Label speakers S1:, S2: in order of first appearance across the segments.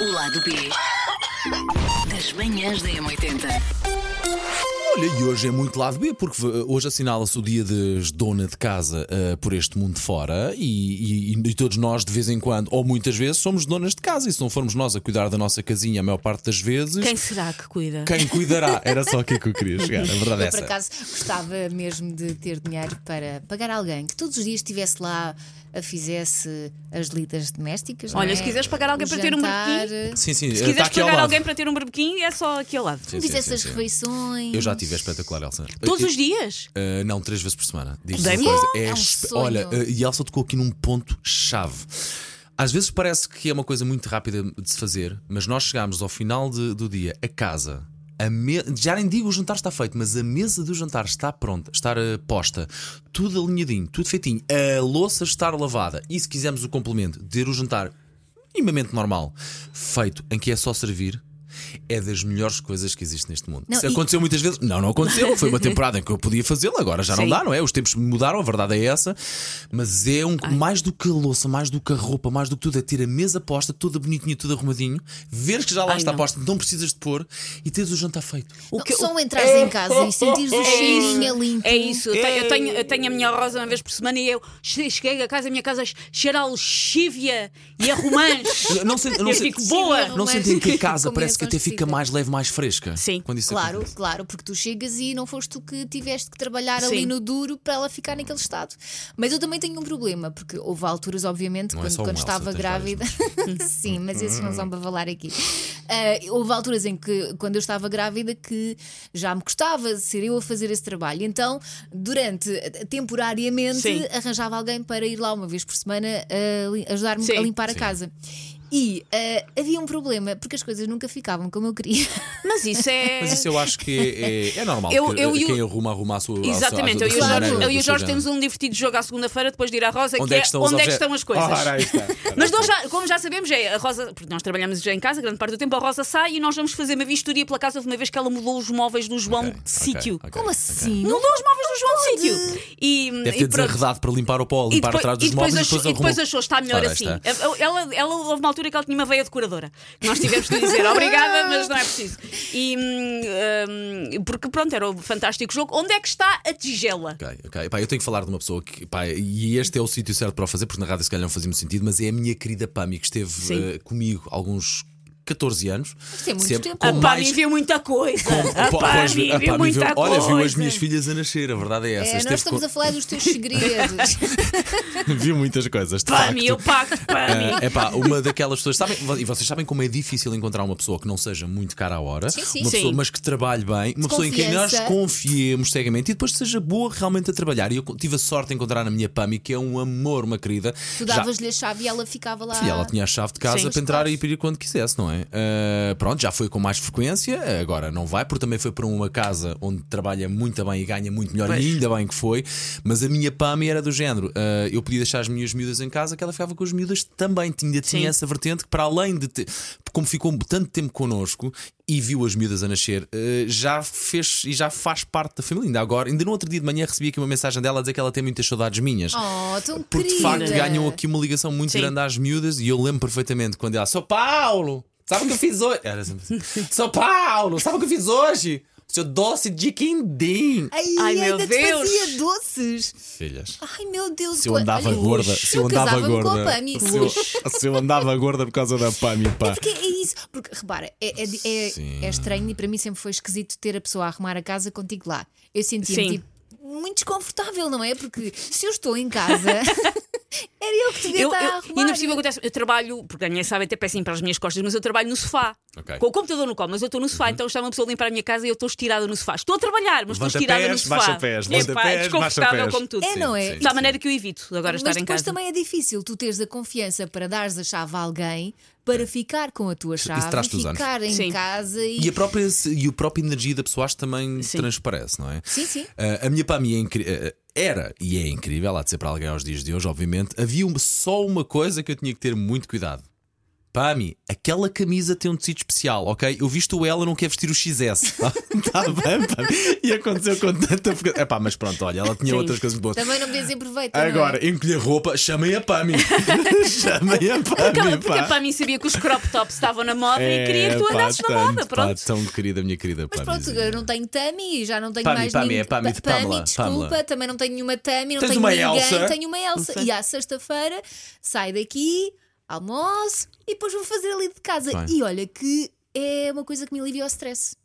S1: O lado B das manhãs da M80.
S2: Olha, e hoje é muito lado B, porque eh, hoje assinala-se o dia das dona de casa eh, por este mundo fora e, e- e todos nós, de vez em quando, ou muitas vezes, somos donas de casa. E se não formos nós a cuidar da nossa casinha, a maior parte das vezes,
S3: Quem será que cuida?
S2: quem cuidará? Era só aqui que eu queria chegar, a verdade é
S4: Eu, por
S2: essa.
S4: acaso, gostava mesmo de ter dinheiro para pagar alguém que todos os dias estivesse lá, a fizesse as lidas domésticas. não
S3: Olha,
S4: é?
S3: se quiseres pagar alguém
S4: O
S3: para ter um
S4: jantar,
S2: Sim, sim,
S3: Se
S2: está
S3: quiseres
S2: aqui ao
S3: pagar
S2: lado.
S3: alguém para ter um barbequinho, é só aqui ao lado.
S2: Sim, sim,
S4: fizesse
S2: sim,
S4: as
S2: sim.
S4: refeições.
S2: Eu já tive, é espetacular, Elsa.
S3: Todos
S2: Eu-
S3: os dias?
S2: Uh, não, três vezes por semana. Diz
S3: Bem bom.
S2: É
S4: É um
S2: espe-
S4: sonho.
S2: Olha, uh, e Elsa tocou aqui num ponto-chave. Às vezes parece que é uma coisa muito rápida de se fazer, mas nós chegámos ao final de- do dia a casa. a me- Já nem digo o jantar está feito, mas a mesa do jantar está pronta, estar uh, posta, tudo alinhadinho, tudo feitinho, a louça estar lavada e se quisermos o complemento, ter o jantar minimamente normal, feito, em que é só servir, é das melhores coisas que existe neste mundo.
S4: Não,
S2: Se
S4: e-
S2: aconte- aconteceu muitas vezes. Não, não aconteceu. Foi uma temporada em que eu podia fazê-lo, agora já não
S3: Sim.
S2: dá, não é? Os tempos mudaram, a verdade é essa. Mas é um, mais do que a louça, mais do que a roupa, mais do que tudo, é ter a mesa posta, toda bonitinha, tudo arrumadinho, ver que já lá
S3: Ai,
S2: está
S3: não.
S2: posta, não precisas de pôr e teres o jantar feito.
S3: O que-
S4: Só
S3: o-
S4: entrares em casa e sentires o cheirinho a limpo.
S3: É isso, eu tenho, eu, tenho, eu tenho a minha rosa uma vez por semana e eu che- cheguei a casa, a minha casa cheira a lexívia e a romãs.
S2: Eu Não, sei- eu não,
S3: Eu
S2: sei-
S3: fico boa.
S4: é?
S2: não sentem que a casa parece que até
S4: Combinações
S2: fica mais leve, mais fresca.
S3: assim, tá. Sim.
S2: Quando isso é
S4: Claro,
S2: acontece.
S4: claro, porque tu chegas e não foste tu que tiveste que trabalhar
S3: Sim.
S4: ali no duro para ela ficar naquele estado. Mas eu também tenho um problema, porque houve alturas, obviamente,
S2: Não é
S4: quando,
S2: só um,
S4: quando
S2: Elsa,
S4: estava
S2: tens vários,
S4: grávida. Sim, mas esses não são para falar aqui. Ah, houve alturas em que, quando eu estava grávida, que já me custava ser eu a fazer esse trabalho. Então, durante, temporariamente,
S3: Sim.
S4: arranjava alguém para ir lá uma vez por semana a li- ajudar-me
S3: Sim.
S4: a limpar a
S2: Sim.
S4: casa. E ah, havia um problema, porque as coisas nunca ficavam como eu queria.
S3: Mas isso é.
S2: Mas isso eu acho que é, é- é normal.
S3: Eu-
S2: que,
S3: eu
S2: uh,
S3: e o-
S2: quem arruma, arruma a sua. a sua- a sua-
S3: Exatamente, eu
S2: da
S3: e o
S2: sua
S3: Jorge,
S2: maneira,
S3: eu e
S2: do seu
S3: o Jorge
S2: género.
S3: temos um divertido jogo à segunda-feira depois de ir à Rosa,
S2: Onde
S3: que
S2: é
S3: é,
S2: que estão os
S3: onde é que
S2: objetos?
S3: estão as coisas.
S2: Ora, aí está.
S3: Mas nós já, como já sabemos, é a Rosa, porque nós trabalhamos já em casa, grande parte do tempo, a Rosa sai e nós vamos fazer uma vistoria pela casa de uma vez que ela mudou os móveis do João
S2: Ok,
S3: de
S2: ok,
S3: um Sítio.
S2: ok,
S4: Como
S2: ok.
S4: assim? Não
S3: Mudou os móveis do João de Sítio. E,
S2: Deve
S3: e
S2: ter
S3: pronto.
S2: desarredado para limpar o pó,
S3: E
S2: limpar
S3: depois,
S2: atrás dos
S3: e depois
S2: móveis
S3: achou,
S2: e
S3: e depois
S2: arrumou.
S3: achou está melhor
S2: Ora,
S3: assim.
S2: está.
S3: Ela, ela houve uma altura que ela tinha uma veia decoradora. que Nós tivemos que lhe dizer obrigada, mas não é preciso. E, hum, hum, porque pronto, era um fantástico jogo. Onde é que está a tigela?
S2: Ok, ok. Pá, eu tenho que falar de uma pessoa que, pá, e este é o sítio certo para o fazer, porque na rádio se calhar não fazia muito sentido, mas é a minha querida Pami, que esteve
S3: Sim.
S2: eh, comigo há alguns 14 anos.
S4: tem muito tempo.
S2: com
S3: A Pami
S2: mais-
S3: viu muita coisa.
S2: Ah,
S3: A
S2: pá, pois,
S3: Pami
S2: a Pami
S3: viu
S2: viu-
S3: muita coisa.
S2: Olha, viu as minhas filhas a nascer, a verdade é essa.
S4: É,
S2: Esteve
S4: nós estamos
S2: com-
S4: a falar dos teus segredos.
S2: viu muitas coisas. de
S3: Pami, eu
S2: facto.
S3: pago Pami.
S2: É pá, uma daquelas pessoas. Sabem, e vocês sabem como é difícil encontrar uma pessoa que não seja muito cara à hora,
S4: Sim, sim.
S2: uma
S3: Sim.
S2: pessoa, mas que trabalhe bem, uma
S4: De
S2: pessoa em quem nós
S4: confiança.
S2: confiemos cegamente e depois que seja boa realmente a trabalhar. E eu tive a sorte de encontrar na minha Pami, que é um amor, uma querida.
S4: Tu
S2: Já-
S4: davas-lhe a chave e ela ficava lá.
S2: E ela tinha a chave de casa
S3: Sim.
S2: para entrar e pedir quando quisesse, não é? Ah, pronto, já foi com mais frequência, agora não vai, porque também foi para uma casa onde trabalha muito bem e ganha muito melhor,
S3: Pois.
S2: e ainda bem que foi. Mas a minha PAMI era do género: ah, eu podia deixar as minhas miúdas em casa, que ela ficava com as miúdas também. Tinha,
S3: Sim.
S2: tinha essa vertente que, para além de ter, como ficou tanto tempo connosco. E viu as miúdas a nascer, ah, já fez e já faz parte da família. Ainda agora, ainda no outro dia de manhã recebi aqui uma mensagem dela a dizer que ela tem muitas saudades minhas.
S4: Oh, tão
S2: Porque de
S4: querida.
S2: facto ganham aqui uma ligação muito
S3: Sim.
S2: grande às miúdas e eu lembro perfeitamente quando ela, São Paulo, sabe o que eu fiz hoje? Era sempre assim, São Paulo, sabe o que eu fiz hoje? Seu doce de quindim.
S4: Ai,
S3: Ai, meu
S4: ainda te
S3: Deus.
S4: fazia doces.
S2: Filhas.
S4: Ai, meu Deus.
S2: Se eu
S4: co-
S2: andava
S4: Olha,
S2: gorda,
S4: eu
S2: se eu andava
S4: casava-me
S2: gorda,
S4: Com a Pami.
S2: se eu, se eu andava gorda por causa da Pami, pá.
S4: Porque é isso. Porque, repara, é, é- é-
S2: Sim.
S4: é estranho e para mim sempre foi esquisito ter a pessoa a arrumar a casa contigo lá. Eu sentia-me
S3: Sim.
S4: tipo, muito desconfortável, não é? Porque se eu estou em casa, era eu que devia
S3: Eu, eu,
S4: estar
S3: e
S4: a
S3: ainda por
S4: arrumar.
S3: cima acontece, eu trabalho, porque ninguém sabe, até péssimo para as minhas costas, mas eu trabalho no sofá.
S2: Ok. Uhum.
S3: Com o computador no colo, mas eu estou no sofá, então está uma pessoa a limpar a minha casa e eu estou estirada no sofá. Estou a trabalhar, mas estou
S2: Levanta
S3: estirada no
S2: pés,
S3: sofá.
S2: baixa pés, levanta
S3: Epá,
S2: pés,
S3: desconfortável
S2: baixa pés.
S3: como tudo.
S4: É, não é?
S3: Da maneira que eu evito agora
S4: Mas
S3: estar em
S4: depois
S3: casa.
S4: também é difícil tu teres a confiança para dares a chave a alguém
S2: É.
S4: para ficar com a tua chave,
S2: traz-te os anos.
S4: ficar em
S3: Sim.
S4: casa
S2: E a própria, e a própria energia da pessoa acho que também
S3: Sim.
S2: transparece, não é?
S4: Sim, sim.
S2: Ah, a minha PAMI é incri- ah, era e é incrível, há de ser para alguém aos dias de hoje, obviamente. Havia um- só uma coisa que eu tinha que ter muito cuidado: Pami, aquela camisa tem um tecido especial, ok? Eu visto ela, não quero vestir o XS. Tá, Tá bem, Pami. E aconteceu com tanta. frequ- Epá, mas pronto, olha, ela tinha
S3: Sim.
S2: outras coisas boas.
S4: Também não podia dizer aproveita. não é?
S2: Agora, encolher roupa, chamem a Pami. chamem a
S3: Aquela,
S2: Pami.
S3: porque a
S2: pá.
S3: Pami sabia que os crop tops estavam na moda e queria que tu
S2: É, pá,
S3: andasses na
S2: tanto,
S3: moda.
S2: pá,
S3: Pronto.
S2: tão querida, minha querida
S4: Mas
S2: Pami.
S4: pronto, eu não tenho Tami, já não tenho
S2: Tami,
S4: mais
S2: Tami,
S4: ninguém.
S2: é Pami de
S4: Pa-
S2: Pamela,
S4: desculpa,
S2: Pamela.
S4: também não tenho nenhuma Tami, não
S2: Tens
S4: tenho
S2: uma
S4: ninguém,
S2: Elsa?
S4: tenho uma Elsa. E à sexta-feira saio daqui, almoço e depois vou fazer ali de casa.
S2: Bem.
S4: E olha que é uma coisa que me alivia o stress.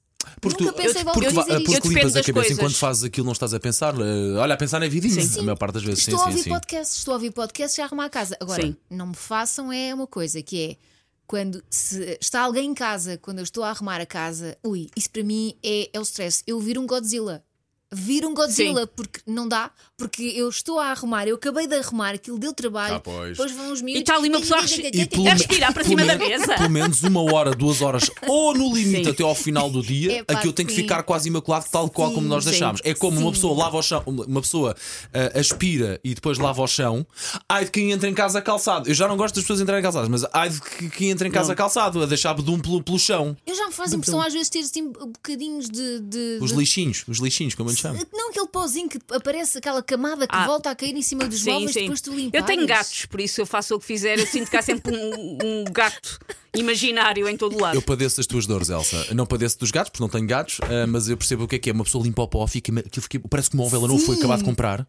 S2: Porque,
S4: Nunca
S2: tu-
S4: pensei voltar
S2: porque,
S4: a
S2: va-
S4: dizer
S2: porque
S4: isto.
S3: Eu
S2: limpas
S3: dependo
S2: a
S3: das
S2: cabeça
S3: coisas.
S2: enquanto fazes aquilo, não estás a pensar. eh, olha, a pensar na vidinha,
S3: Sim.
S2: a maior parte das vezes.
S4: Estou
S2: sim,
S4: a
S2: sim,
S4: ouvir
S2: sim.
S4: podcasts, estou a ouvir podcasts já arrumar a casa. Agora,
S3: Sim.
S4: não me façam é uma coisa que é quando se está alguém em casa, quando eu estou a arrumar a casa, ui, isso para mim é, é o stress. Eu viro um Godzilla. Vir um Godzilla, porque não dá, porque eu estou a arrumar, eu acabei de arrumar, aquilo deu trabalho,
S2: Ah, pois.
S4: depois vão os miúdos.
S3: E está ali uma pessoa a
S2: E pelo
S3: a
S2: me-
S3: respirar para
S2: pelo
S3: cima da
S2: men-
S3: mesa.
S2: Pelo menos uma hora, duas horas, ou no limite
S3: Sim.
S2: até ao final do dia,
S4: Epá,
S2: aqui eu tenho que
S4: sim.
S2: ficar quase imaculado, tal qual
S4: Sim,
S2: como nós
S4: sim,
S2: deixámos. É como uma
S4: sim.
S2: pessoa lava o chão, uma pessoa ah, aspira e depois lava o chão. Ai de quem entra em casa calçado. Eu já não gosto das pessoas entrarem calçadas, mas ai de que- quem entra em casa
S3: Não.
S2: calçado, a deixar bedum pelo, pelo chão.
S4: Eu já me faz impressão às vezes ter assim bocadinhos de. de-
S2: Os
S4: de-
S2: lixinhos, os lixinhos, como eu lhe chamo.
S4: Não aquele pozinho que aparece aquela camada que
S3: Ah.
S4: volta a cair em cima dos móveis depois tu limpas.
S3: Eu tenho gatos, por isso eu faço o que fizer. Eu sinto que há sempre um, um gato imaginário em todo lado.
S2: Eu padeço as tuas dores, Elsa. Eu Não padeço dos gatos, porque não tenho gatos, ah, mas eu percebo o que é que é. Uma pessoa limpa o pó, fica, aquilo fica- parece que uma ovela não foi
S4: Sim.
S2: acabar de comprar.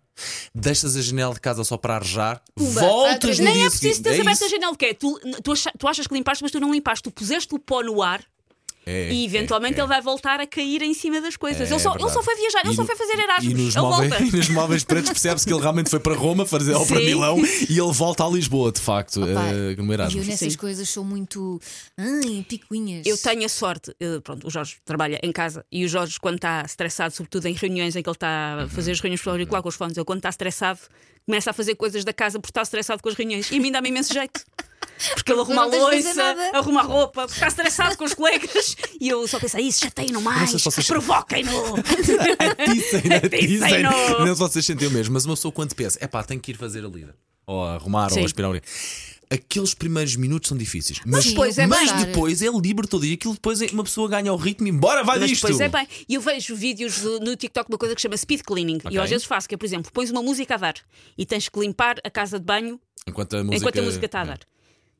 S2: Deixas a janela de casa só para arejar,
S4: Pumba,
S2: voltas
S4: outra
S2: no
S4: vez.
S3: Nem
S2: dia
S3: é preciso
S2: seguinte.
S3: ter aberto
S2: isso.
S3: a janela, porque é, tu, tu, acha- tu achas que limpaste, mas tu não limpaste. Tu puseste o pó no ar
S2: É,
S3: e eventualmente
S2: é,
S3: ele vai voltar a cair em cima das
S2: é,
S3: coisas.
S2: é
S3: ele, só, ele
S2: verdade.
S3: só foi viajar, ele
S2: E
S3: só
S2: no-
S3: foi fazer
S2: E
S3: Erasmus.
S2: nos,
S3: Ele
S2: móveis,
S3: volta.
S2: e nos móveis pretos percebe-se que ele realmente foi para Roma fazer, ou para
S3: Sim.
S2: Milão e ele volta a Lisboa, de facto,
S4: Pá,
S2: ah, no
S4: e eu
S2: Erasmus.
S4: nessas
S3: Sim.
S4: coisas sou muito. Ai, picuinhas.
S3: Eu tenho a sorte, eh, pronto, o Jorge trabalha em casa e o Jorge, quando está estressado, sobretudo em reuniões em que ele está a fazer as reuniões por auricular com os fones, eu quando está estressado, começa a fazer coisas da casa por estar estressado com as reuniões e a mim dá-me imenso jeito. Porque ele arruma a
S4: não tens de fazer
S3: louça,
S4: nada.
S3: arruma a roupa, porque está estressado com os colegas e eu só penso, "Ah, isso já tem no mais,
S2: sei se vocês-
S3: provoquem-no!
S2: Dizem, dizem.
S3: Dizem-no.
S2: é Não sei se vocês sentem o mesmo, mas uma pessoa quando pensa, é pá, tenho que ir fazer a lida, ou arrumar,
S3: Sim.
S2: ou aspirar alguém. Aqueles primeiros minutos são difíceis, mas,
S3: depois é
S2: mas
S4: bem.
S2: depois é libertador e aquilo depois é- uma pessoa ganha o ritmo e embora vai
S3: Mas
S2: disto.
S3: depois é bem. E eu vejo vídeos do- no TikTok de uma coisa que chama speed cleaning. E eu às vezes faço, que é, por exemplo, pões uma música a dar e tens que limpar a casa de banho
S2: Enquanto a música,
S3: enquanto a música tá- está a dar.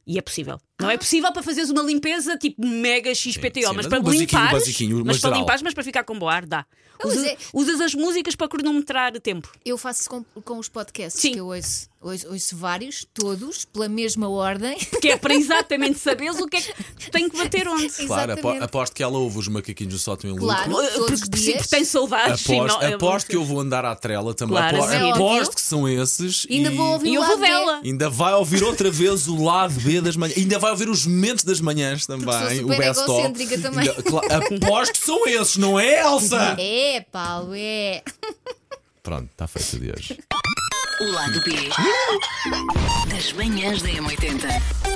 S3: E é possível. Não é possível para fazeres uma limpeza tipo mega
S2: Sim,
S3: XPTO,
S2: sim,
S3: mas
S2: mas
S3: para
S2: um basiquinho,
S3: limpares.
S2: basiquinho,
S3: mas
S2: mas
S3: para
S2: geral.
S3: limpares, mas para ficar com boa ar, dá.
S4: mas
S3: Usa-
S4: é-
S3: Usas as músicas para cronometrar o tempo.
S4: Eu faço isso com, com os podcasts
S3: Sim.
S4: que eu ouço, ouço. Ouço vários, todos, pela mesma ordem.
S3: Porque é para exatamente saberes o que é que tem que bater onde.
S2: Claro, apo-
S4: Exatamente.
S2: aposto que ela ouve os macaquinhos do sótão em Lugo.
S4: Claro. Todos os
S3: Porque, sim,
S4: dias.
S3: porque tem saudades. sim,
S2: Aposto,
S3: não- é-
S2: aposto que eu vou andar à trela também.
S3: Claro,
S2: aposto,
S3: sim.
S2: aposto que são esses.
S4: Ainda
S2: e...
S4: vou ouvir
S3: E
S4: o
S3: houve
S4: lado é B.
S3: vela.
S2: Ainda vai ouvir outra vez o lado B das manhãs. Ainda vai ouvir os momentos das manhãs
S4: Porque
S2: também.
S4: sou
S2: O
S4: super
S2: best of.
S4: egocêntrica também.
S2: Ainda- cla- Aposto que são esses, não é, Elsa?
S4: É, Paulo, é.
S2: Pronto, está feito de hoje.
S1: O lado B das manhãs da M80.